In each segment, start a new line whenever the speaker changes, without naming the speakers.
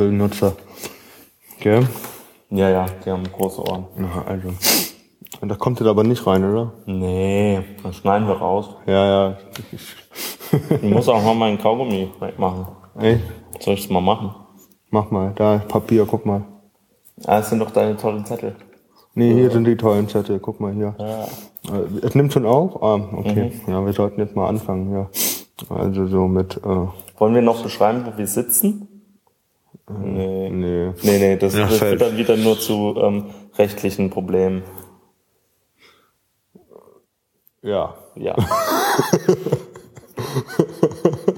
Apple-Nutzer. Gell?
Ja, ja, die haben große Ohren.
Na, also. Und da kommt ihr aber nicht rein, oder?
Nee, dann schneiden wir raus.
Ja, ja.
Ich muss auch mal meinen Kaugummi wegmachen.
Ey,
Soll ich das mal machen?
mach mal. Da, Papier, guck mal.
Ah, das sind doch deine tollen Zettel.
Nee, hier sind die tollen Zettel. Guck mal hier. Äh, Es nimmt schon auf? Ah, okay. Ja, wir sollten jetzt mal anfangen, ja. Also so mit, äh,
Wollen wir noch beschreiben, wo wir sitzen? Nee.
nee.
Nee, nee, das,
Ja,
das
falsch.
führt dann wieder nur zu ähm, rechtlichen Problemen.
Ja.
Ja.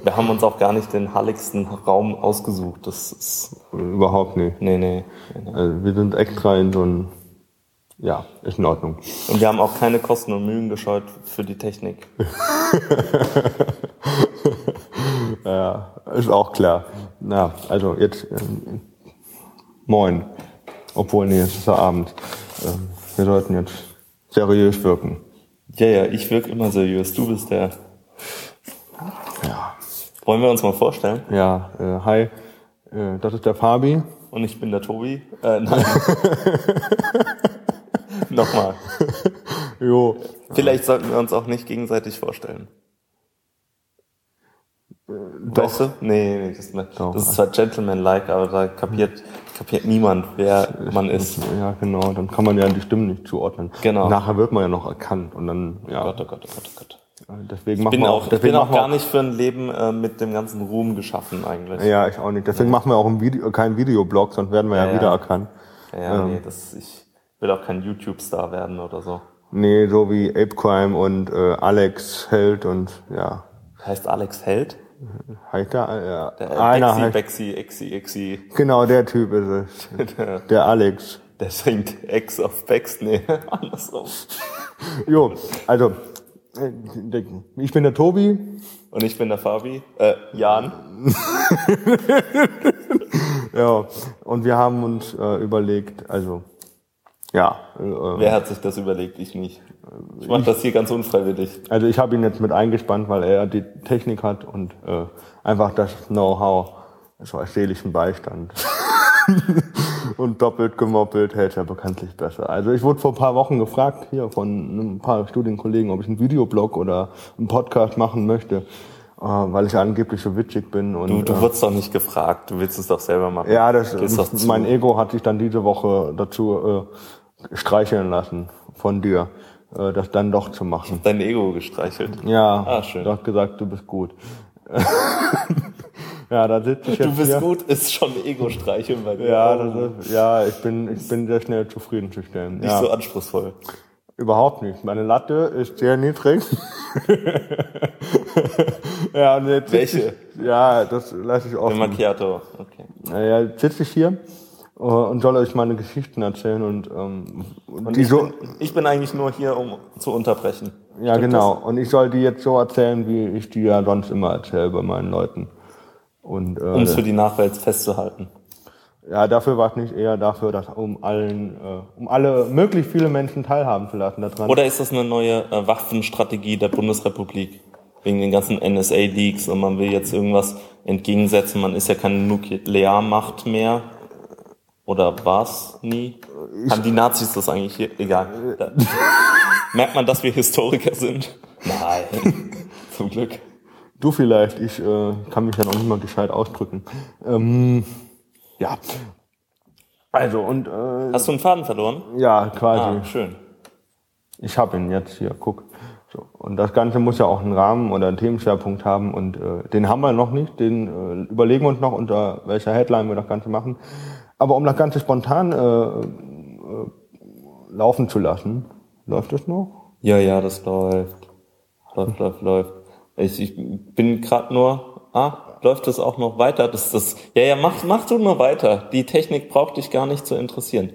wir haben uns auch gar nicht den halligsten Raum ausgesucht. Das ist.
Überhaupt nicht.
Nee, nee. nee, nee.
Also wir sind extra in so ein, ja, ist in Ordnung.
Und wir haben auch keine Kosten und Mühen gescheut für die Technik.
Ist auch klar. Na, also jetzt, ähm, moin. Obwohl, nee, es ist ja Abend. Ähm, wir sollten jetzt seriös wirken.
Ja, ja, ich wirke immer seriös. Du bist der.
Ja.
Wollen wir uns mal vorstellen?
Ja, äh, hi, äh, das ist der Fabi.
Und ich bin der Tobi. Äh, nein. Nochmal.
Jo.
Vielleicht sollten wir uns auch nicht gegenseitig vorstellen. Weißt du? Nee, nee, das,
Äh, Doch.
das ist zwar Gentleman-like, aber da kapiert, kapiert niemand, wer man ist.
Ja, genau, dann kann man ja die Stimmen nicht zuordnen.
Genau.
Nachher wird man ja noch erkannt und dann, ja,
Gott, oh Gott, oh Gott, oh Gott.
deswegen machen
Bin
wir
auch, ich
deswegen
bin auch
machen wir
gar nicht für ein Leben äh, mit dem ganzen Ruhm geschaffen eigentlich.
Ja, ich auch nicht. Deswegen machen wir auch ein Video, kein Videoblog, sonst werden wir ja,
Ja, ja.
wiedererkannt.
Ja,
ähm.
nee, das, ich will auch kein YouTube-Star werden oder so.
Nee, so wie Apecrime und äh, Alex Held und ja.
Heißt Alex Held?
Heißt der? Äh,
Äh,
einer
Exi,
heißt,
Bexi, Exi, Exi.
genau der Typ ist es.
Der
Der Alex.
der singt Ex auf Bex, nee, andersrum.
Jo, also äh, der- ich bin der Tobi.
Und ich bin der Fabi, äh, Jan.
Ja, und wir haben uns äh, überlegt, also ja, äh, äh,
Wer hat sich das überlegt? Ich nicht. Ich mache das hier ganz unfreiwillig.
also ich habe ihn jetzt mit eingespannt, weil er die Technik hat und äh, einfach das Know-how, so als seelischen Beistand. und doppelt gemoppelt hält er bekanntlich besser. Also ich wurde vor ein paar Wochen gefragt, hier von ein paar Studienkollegen, ob ich einen Videoblog oder einen Podcast machen möchte, äh, weil ich angeblich so witzig bin. Und,
Du, du
äh,
wurdest doch nicht gefragt, du willst es doch selber machen.
ja, das,
Gehst doch zu.
mein Ego hat sich dann diese Woche dazu äh, streicheln lassen von dir, äh, das dann doch zu machen.
Dein Ego gestreichelt.
Ja,
Ah, schön.
du hast gesagt, du bist gut. ja, da sitze ich jetzt
Du bist
hier.
gut, ist schon Ego-Streicheln bei dir.
Ja,
Oh,
das ist, ja, ich bin, ich bin sehr schnell zufriedenzustellen.
Nicht
Ja,
so anspruchsvoll.
Überhaupt nicht. Meine Latte ist sehr niedrig. ja, und jetzt sitz
Welche?
Ich, ja, das lasse ich
Der
offen.
Macchiato, okay.
Naja, jetzt sitze ich hier äh, und soll euch meine Geschichten erzählen und, ähm,
Und
die
ich,
so,
bin, ich bin eigentlich nur hier, um zu unterbrechen.
ja genau. Und ich soll die jetzt so erzählen, wie ich die ja sonst immer erzähle bei meinen Leuten. Und
Um es für
äh,
die Nachwelt festzuhalten.
ja, dafür war es nicht eher dafür, dass um allen, äh, um alle möglichst viele Menschen teilhaben zu lassen daran.
Oder ist das eine neue äh, Waffenstrategie der Bundesrepublik? Wegen den ganzen NSA-Leaks und man will jetzt irgendwas entgegensetzen, man ist ja keine Nuklearmacht mehr. Oder war's nie? Haben die Nazis das eigentlich hier? Egal. Da, merkt man, dass wir Historiker sind? Nein. Zum Glück.
Du vielleicht, ich äh, kann mich ja noch nicht mal gescheit ausdrücken. Ähm, ja. Also und äh,
Hast du einen Faden verloren?
ja, quasi.
Ah, schön.
Ich habe ihn jetzt hier, guck. So. Und das Ganze muss ja auch einen Rahmen oder einen Themenschwerpunkt haben und äh, den haben wir noch nicht, den äh, überlegen wir uns noch, unter welcher Headline wir das Ganze machen. Aber um das Ganze spontan äh, äh, laufen zu lassen, läuft das noch?
Ja, ja, das läuft. Läuft, läuft, läuft. Ich, ich bin gerade nur, ah, läuft das auch noch weiter? Das, das, ja, ja, mach, mach du nur weiter. Die Technik braucht dich gar nicht zu interessieren.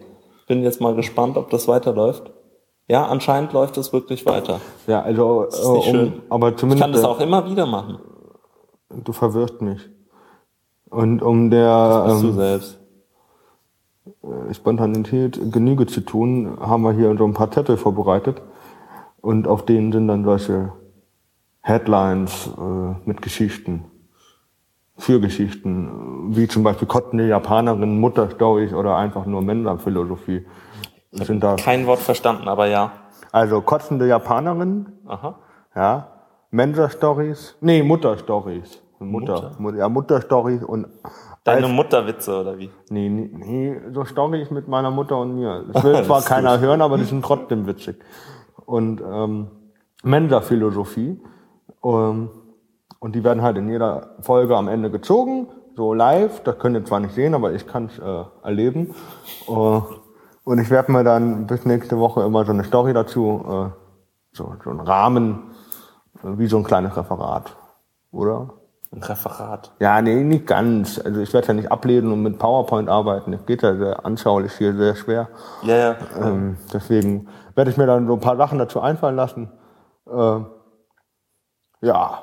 Bin jetzt mal gespannt, ob das weiterläuft. Ja, anscheinend läuft es wirklich weiter.
Ja, also äh,
nicht schön.
aber
Ich
zumindest
kann das auch immer wieder machen.
du verwirrst mich. Und um der
Bist du
ähm,
selbst.
Spontanität Genüge zu tun, haben wir hier so ein paar Zettel vorbereitet. Und auf denen sind dann solche Headlines äh, mit Geschichten. für Geschichten, äh, wie zum Beispiel Cotton der Japanerin, Mutterstories oder einfach nur Männerphilosophie. Sind da,
Kein Wort verstanden, aber ja.
also kotzende Japanerin,
Aha.
ja, Mensa-Stories, nee, Mutter-Stories. Mutter,
Mutter?
Mutter. Ja, Mutter-Stories und
Deine Mutterwitze oder wie?
Nee, nee, nee, so Storys mit meiner Mutter und mir. Das will zwar keiner hören, aber die sind trotzdem witzig. Und ähm, Mensa-Philosophie. Ähm, und die werden halt in jeder Folge am Ende gezogen, so live. Das könnt ihr zwar nicht sehen, aber ich kann es äh, erleben. Äh, und ich werde mir dann bis nächste Woche immer so eine Story dazu, äh, so, so einen Rahmen, äh, wie so ein kleines Referat. Oder?
Ein Referat.
Ja, nee, nicht ganz. Also ich werde ja nicht ablehnen und mit PowerPoint arbeiten. Das geht ja sehr anschaulich hier, sehr schwer.
Ja, ja.
Ähm, deswegen werde ich mir dann so ein paar Sachen dazu einfallen lassen. Ähm, ja,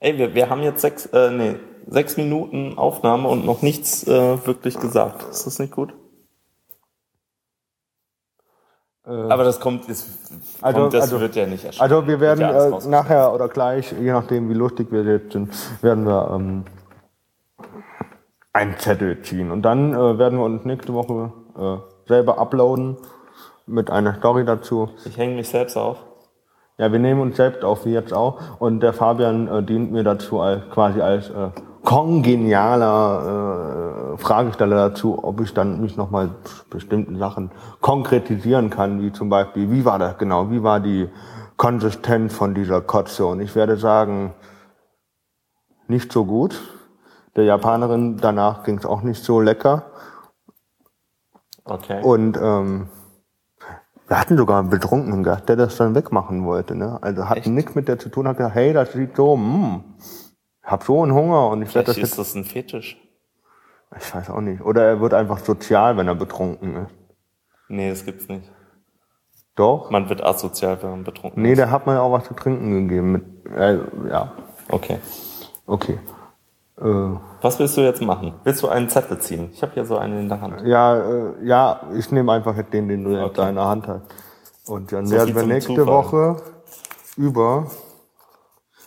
Ey, wir, wir haben jetzt sechs, äh, nee, sechs Minuten Aufnahme und noch nichts äh, wirklich gesagt. Ist das nicht gut? Aber das kommt, das,
Äh, Also-
kommt, das
also-
wird ja nicht erscheinen.
also wir werden
Ja, alles
äh, nachher oder gleich, je nachdem wie lustig wir jetzt sind, werden wir ähm, einen Zettel ziehen. Und dann äh, werden wir uns nächste Woche äh, selber uploaden mit einer Story dazu.
Ich hänge mich selbst auf.
Ja, wir nehmen uns selbst auf, wie jetzt auch. Und der Fabian äh, dient mir dazu als, quasi als äh, kongenialer äh, Fragesteller dazu, ob ich dann mich nochmal bestimmten Sachen konkretisieren kann, wie zum Beispiel, wie war das genau, wie war die Konsistenz von dieser Kotze? Und ich werde sagen, nicht so gut. Der Japanerin danach ging's auch nicht so lecker.
Okay.
Und ähm, wir hatten sogar einen betrunkenen Gast, der das dann wegmachen wollte. Ne? Also hat nichts mit der zu tun, hat gesagt, hey, das sieht so, mm, ich hab so einen Hunger und ich werde das
Vielleicht
jetzt,
ist das ein Fetisch.
ich weiß auch nicht. Oder er wird einfach sozial, wenn er betrunken ist.
Nee, das gibt's nicht.
Doch?
Man wird asozial, wenn man betrunken
Nee, der hat mir auch was zu trinken gegeben. Mit, äh, ja,
ist. Okay.
okay. Äh,
Was willst du jetzt machen? Willst du einen Zettel ziehen? Ich habe hier so einen in der Hand.
ja, äh, ja, ich nehme einfach jetzt den, den du in
Okay.
deiner Hand hast. Und dann
So
werden
viel
wir
zum
nächste
Zufall.
Woche über...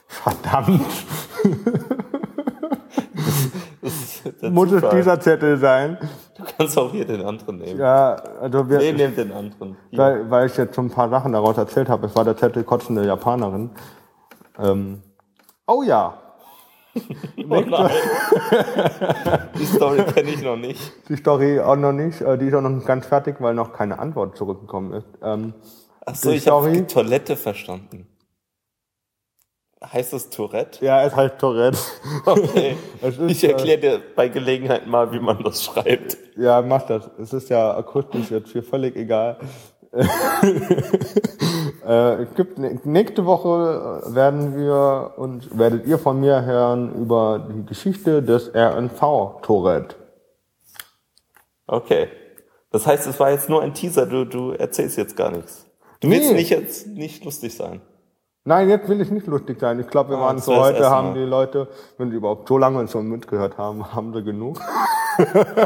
Verdammt!
Der
Muss es
Zufall.
dieser Zettel sein?
Du kannst auch hier den anderen nehmen.
Ja, also wir,
Nee, nimm den anderen. Hier.
weil, weil ich jetzt schon ein paar Sachen daraus erzählt habe. Es war der Zettel kotzende Japanerin. Ähm, oh ja,
Oh nein. Die Story kenne ich noch nicht.
die Story auch noch nicht. Äh, Die ist auch noch nicht ganz fertig, weil noch keine Antwort zurückgekommen ist. Ähm,
Ach so,
Die
ich habe
Story?
die Toilette verstanden. Heißt das Tourette?
ja, es heißt Tourette.
Okay.
Es ist, äh,
ich erkläre dir bei Gelegenheit mal, wie man das schreibt.
Ja, mach das. Es ist ja akustisch jetzt hier völlig egal. äh, es gibt, ne- nächste Woche werden wir und werdet ihr von mir hören über die Geschichte des RNV Tourette.
Okay. Das heißt, es war jetzt nur ein Teaser, du, du erzählst jetzt gar nichts. Du
Nee.
willst nicht jetzt nicht lustig sein.
Nein, jetzt will ich nicht lustig sein. Ich glaube, wir
Ah,
waren
das
so
war das
heute,
erste
haben
Mal.
die Leute, wenn sie überhaupt so lange schon mitgehört haben, haben sie genug. äh,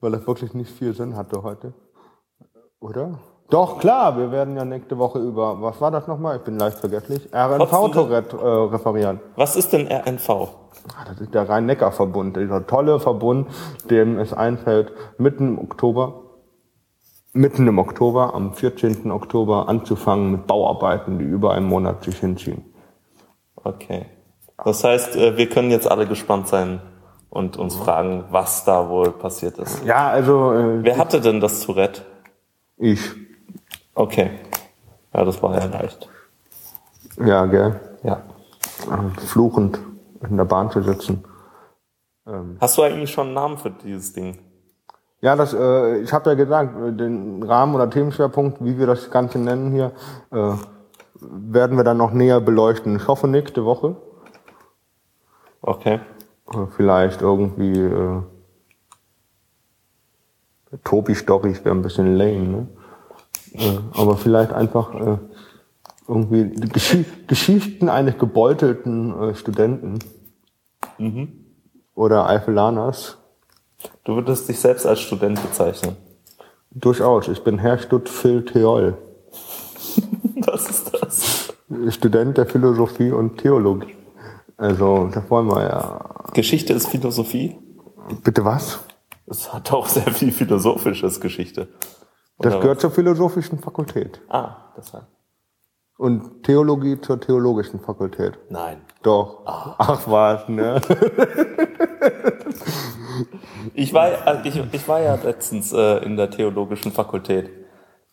weil das wirklich nicht viel Sinn hatte heute. Oder? Doch, klar, wir werden ja nächste Woche über, was war das nochmal? Ich bin leicht vergesslich. RNV-Tourette äh, referieren.
Was ist denn RNV?
Ah, Das ist der Rhein-Neckar-Verbund, dieser tolle Verbund, dem es einfällt, mitten im Oktober, mitten im Oktober, am 14. Oktober anzufangen mit Bauarbeiten, die über einen Monat sich hinziehen.
Okay. Das heißt, äh, wir können jetzt alle gespannt sein und uns fragen, was da wohl passiert ist.
Ja, also äh,
Wer hatte denn das Tourette?
ich.
Okay. Ja, das war ja leicht.
Ja, gell.
Ja.
Äh, Fluchend in der Bahn zu sitzen.
Hast du eigentlich schon einen Namen für dieses Ding?
Ja, das, äh, ich habe ja gesagt, äh, den Rahmen oder Themenschwerpunkt, wie wir das Ganze nennen hier, äh, werden wir dann noch näher beleuchten. Ich hoffe nächste Woche.
Okay.
Oder vielleicht irgendwie äh, Tobi Storys wäre ein bisschen lame, ne? Äh, aber vielleicht einfach äh, irgendwie die Geschi Geschichten eines gebeutelten äh, Studenten. Mhm. Oder Eifelaners.
Du würdest dich selbst als Student bezeichnen.
Durchaus. Ich bin Herr Stutt Phil Theol,
Was ist das?
Student der Philosophie und Theologie. Also, da wollen wir ja.
Geschichte ist Philosophie.
Bitte was?
Es hat auch sehr viel philosophisches Geschichte.
Das
Oder
gehört zur philosophischen Fakultät.
Ah, deshalb.
Und Theologie zur theologischen Fakultät.
Nein.
Doch. Ach was, ne?
Ich war, also ich, ich war ja letztens äh, in der theologischen Fakultät.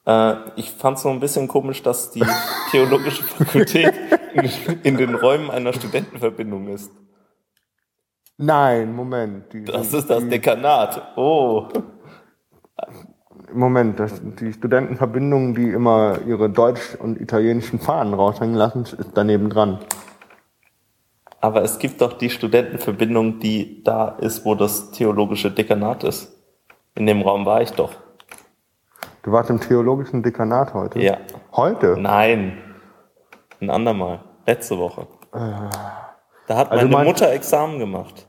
Äh, ich fand es so ein bisschen komisch, dass die theologische Fakultät in, in den Räumen einer Studentenverbindung ist.
Nein, Moment. Die,
Das ist das Dekanat. Oh.
Moment, das, die Studentenverbindung, die immer ihre deutsch- und italienischen Fahnen raushängen lassen, ist daneben dran.
Aber es gibt doch die Studentenverbindung, die da ist, wo das theologische Dekanat ist. In dem Raum war ich doch.
Du warst im theologischen Dekanat heute?
Ja.
Heute?
Nein. Ein andermal. Letzte Woche. Da hat
Also
meine
mein-
Mutter Examen gemacht.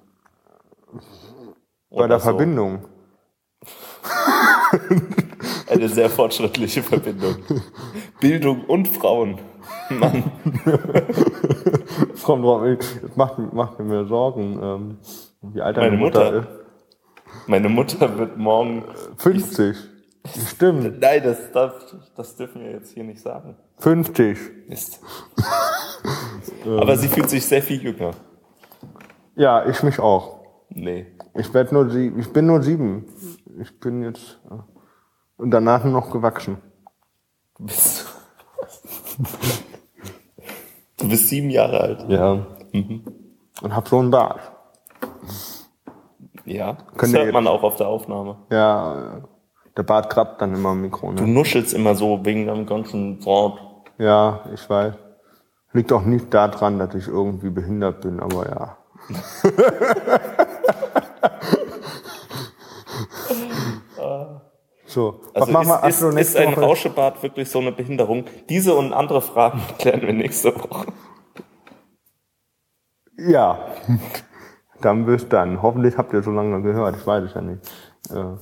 Bei
Oder
der
so.
Verbindung.
Eine sehr fortschrittliche Verbindung. Bildung und Frauen.
Es kommt drauf, an, es macht, macht mir Sorgen, ähm, wie alt deine
Meine
Mutter,
Mutter. Meine Mutter wird morgen.
ist. 50. Stimmt.
Nein, das, darf, das dürfen wir jetzt hier nicht sagen.
50.
Mist. Aber sie fühlt sich sehr viel jünger.
Ja, ich mich auch.
Nee.
Ich werd nur sie, ich bin nur sieben. Ich bin jetzt äh, und danach nur noch gewachsen.
Du bist, du bist sieben Jahre alt.
Ja. Mhm. Und hab so einen Bart.
Ja. Das
Könnt ihr-
hört man auch auf der Aufnahme.
Ja, äh, der Bart krabbt dann immer im Mikro.
Du
Ne?
nuschelst immer so wegen deinem ganzen Wort.
Ja, ich weiß. Liegt auch nicht daran, dass ich irgendwie behindert bin, aber ja. so, was
Also
machen wir
ist,
also
ist, ist
nächste
ein
Woche?
Rauschebart wirklich so eine Behinderung? Diese und andere Fragen klären wir nächste Woche.
Ja. Dann bis dann. Hoffentlich habt ihr so lange gehört. Ich weiß es ja nicht. Äh, haben,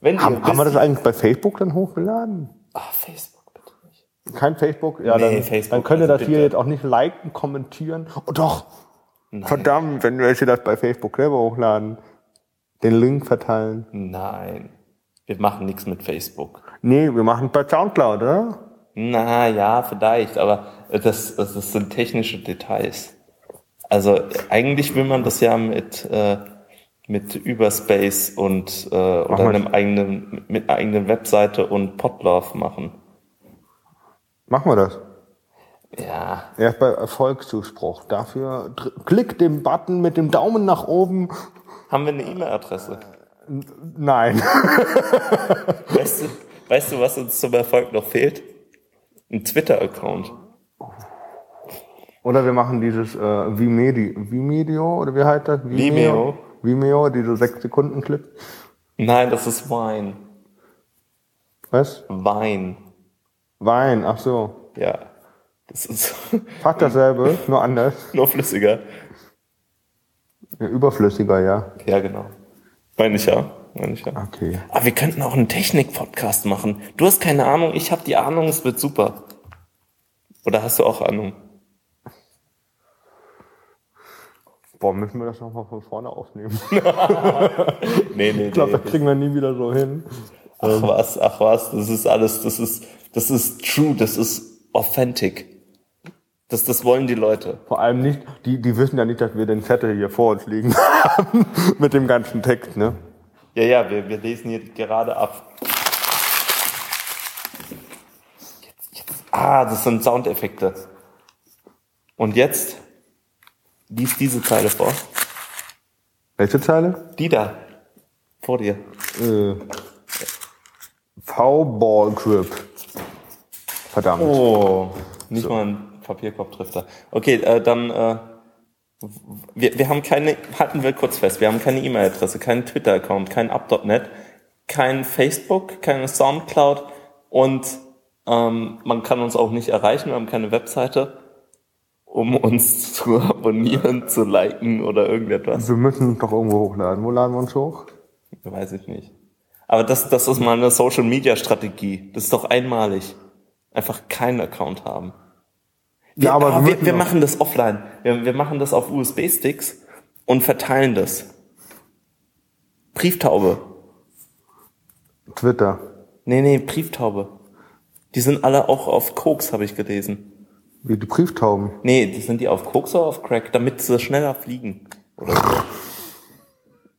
Wenn ihr
haben wir
wisst-
das eigentlich bei Facebook dann hochgeladen?
Ah, Facebook bitte nicht.
Kein Facebook? Ja,
Nee,
dann,
Facebook,
dann könnt ihr
also
das hier
bitte.
jetzt auch nicht liken, kommentieren. Oh doch! Verdammt, wenn wir jetzt hier das bei Facebook selber hochladen, den Link verteilen.
Nein. Wir machen nichts mit Facebook.
Nee, wir machen es bei Soundcloud, oder?
Na ja, vielleicht, aber das, das das sind technische Details. Also eigentlich will man das ja mit äh, mit Überspace und äh, oder
mal.
einem eigenen mit einer eigenen Webseite und Podlove machen.
Machen wir das.
Ja,
Erst bei Erfolgszuspruch. Dafür dr- klickt den Button mit dem Daumen nach oben.
haben wir eine E-Mail-Adresse?
Nein.
Weißt du, weißt du, was uns zum Erfolg noch fehlt? Ein Twitter-Account.
Oder wir machen dieses äh, Vimedi Vimedeo, oder wie heißt das?
Vimeo.
Vimeo, diese 6-Sekunden-Clip.
Nein, das ist Wine.
Was?
Wein.
Wein, ach so.
Ja. Das ist
Fast dasselbe, nur anders.
nur flüssiger.
Ja, überflüssiger, ja.
Ja, genau. Meine ich ja. Meine ich ja.
Okay.
Aber Ah, wir könnten auch einen Technik-Podcast machen. Du hast keine Ahnung, ich habe die Ahnung, es wird super. Oder hast du auch Ahnung?
Boah, müssen wir das nochmal von vorne aufnehmen?
Nee, nee, Ähm,
Ich glaube, das
nee.
kriegen wir nie wieder so hin.
Ach was, ach was, das ist alles, das ist, das ist true, das ist authentic. Das, das wollen die Leute.
Vor allem nicht, die, die wissen ja nicht, dass wir den Zettel hier vor uns liegen haben mit dem ganzen Text, ne?
Ja, ja, wir, wir lesen hier gerade ab. Jetzt, jetzt. Ah, das sind Soundeffekte. Und jetzt lies diese Zeile vor.
Welche Zeile?
Die da. Vor dir.
Äh, V-Ball Grip. Verdammt.
Oh. Nicht mal ein Papierkorbdrifter. Okay, äh, dann, äh, wir, wir haben keine, halten wir kurz fest, wir haben keine E-Mail-Adresse, keinen Twitter-Account, kein Up.net, kein Facebook, keine Soundcloud und ähm, man kann uns auch nicht erreichen, wir haben keine Webseite, um uns zu abonnieren, zu liken oder irgendetwas.
Wir müssen es doch irgendwo hochladen. Wo laden wir uns hoch?
Weiß ich nicht. Aber das, das ist mal eine Social Media Strategie. Das ist doch einmalig. Einfach keinen Account haben. Wir,
Ja, aber wir
aber wir,
würden
wir
doch-
machen das offline. Wir, wir machen das auf USB-Sticks und verteilen das. Brieftaube.
Twitter.
Nee, nee, Brieftaube. Die sind alle auch auf Koks, habe ich gelesen.
Wie die Brieftauben.
Nee, die sind die auf Koks oder auf Crack, damit sie schneller fliegen. Oder so.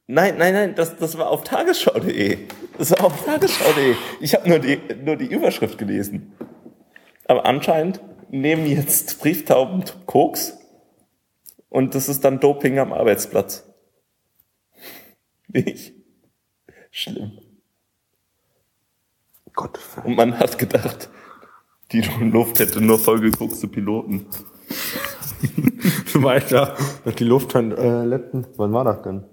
Nein, nein, nein, das, das war auf tagesschau.de. Das war auf tagesschau.de. Ich habe nur die, nur die Überschrift gelesen. Aber anscheinend nehmen jetzt Brieftauben Koks und das ist dann Doping am Arbeitsplatz. Nicht? Schlimm.
Gott.
Und man hat gedacht, die Luft hätte nur vollgeguckte Piloten.
Du weißt ja, dass die Lufthansa, äh, letzten, wann war das denn?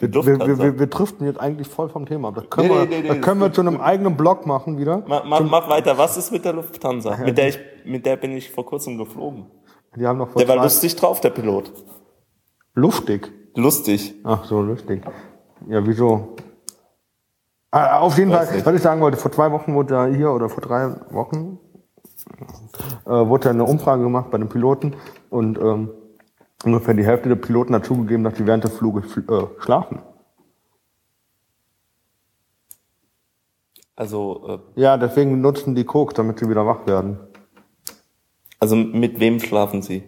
Die
Wir,
Lufthansa.
wir, wir, wir driften jetzt eigentlich voll vom Thema ab. Das können,
Nee,
wir,
nee, nee,
das
nee,
können wir zu einem eigenen Blog machen wieder.
Ma, ma, mach weiter, was ist mit der Lufthansa? Mit der, ich, mit der bin ich vor kurzem geflogen.
Die haben noch vor
Der war
zwei-
lustig drauf, der Pilot.
Luftig.
Lustig.
Ach so, lustig. Ja, wieso? Ah, auf jeden Fall,
nicht.
was ich sagen wollte, vor zwei Wochen wurde ja hier, oder vor drei Wochen, äh, wurde ja eine Umfrage gemacht bei den Piloten und ähm, ungefähr die Hälfte der Piloten hat zugegeben, dass sie während des Fluges fl- äh, schlafen.
Also, äh,
Ja, deswegen nutzen die Koks, damit sie wieder wach werden.
also mit wem schlafen Sie?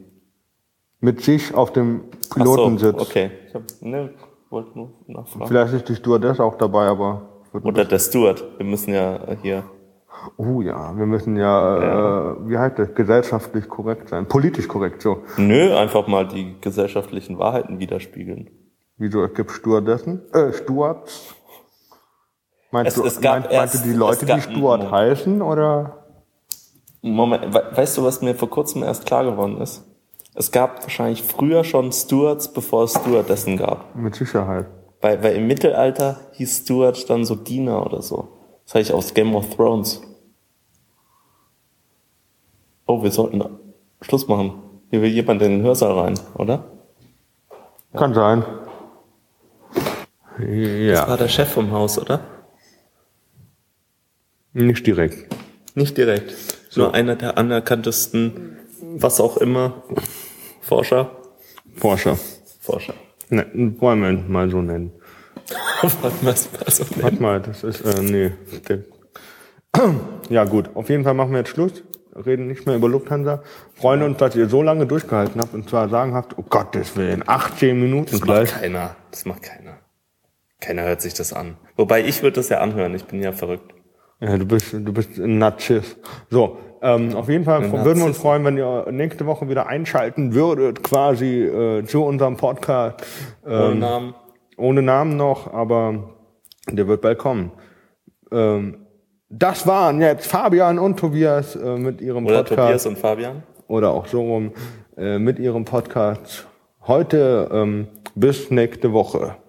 Mit sich auf dem
Ach so,
Pilotensitz.
Okay. Ich hab, ne, wollte nur nachfragen.
Vielleicht ist die Stewardess auch dabei, aber... wird-
Oder der Steward. Wir müssen ja äh, hier.
Oh ja, wir müssen ja, äh, wie heißt das, gesellschaftlich korrekt sein. Politisch korrekt, so.
Nö, einfach mal die gesellschaftlichen Wahrheiten widerspiegeln.
Wieso, es gibt Stewardessen? Äh, Stewards? Meinst,
Es-
du,
es gab
meinst, meinst
erst-
du die Leute,
es gab-
die Steward heißen, oder?
Moment, we weißt du, was mir vor kurzem erst klar geworden ist? Es gab wahrscheinlich früher schon Stewards, bevor es Stewardessen gab.
Mit Sicherheit.
Weil, weil im Mittelalter hieß Steward dann so Diener oder so. Das habe ich aus Game of Thrones. Oh, wir sollten Schluss machen. Hier will jemand in den Hörsaal rein, oder?
Kann sein.
Das
Ja,
war der Chef vom Haus, oder?
nicht direkt.
Nicht direkt. Nur einer der anerkanntesten, was auch immer, Forscher.
Forscher.
Forscher.
Ne, wollen wir ihn mal so nennen.
Warte mal, was soll ich-
Warte mal, das ist, äh, nee. Der- Ja, gut. Auf jeden Fall machen wir jetzt Schluss. Reden nicht mehr über Lufthansa. Freuen uns, dass ihr so lange durchgehalten habt und zwar sagen habt, oh Gottes Willen, 18 Minuten
Das macht
gleich.
keiner. Das macht keiner. Keiner hört sich das an. Wobei ich würde das ja anhören. Ich bin ja verrückt.
Ja, du bist, du bist ein Narzisst. So, ähm, auf jeden Fall würden wir uns
Narzisst.
freuen, wenn ihr nächste Woche wieder einschalten würdet, quasi äh, zu unserem Podcast.
Ohne
Ähm,
Namen.
ohne Namen noch, aber der wird bald kommen. Ähm, das waren jetzt Fabian und Tobias äh, mit ihrem
Oder
Podcast
Tobias und Fabian.
oder auch so rum äh, mit ihrem Podcast heute ähm, bis nächste Woche.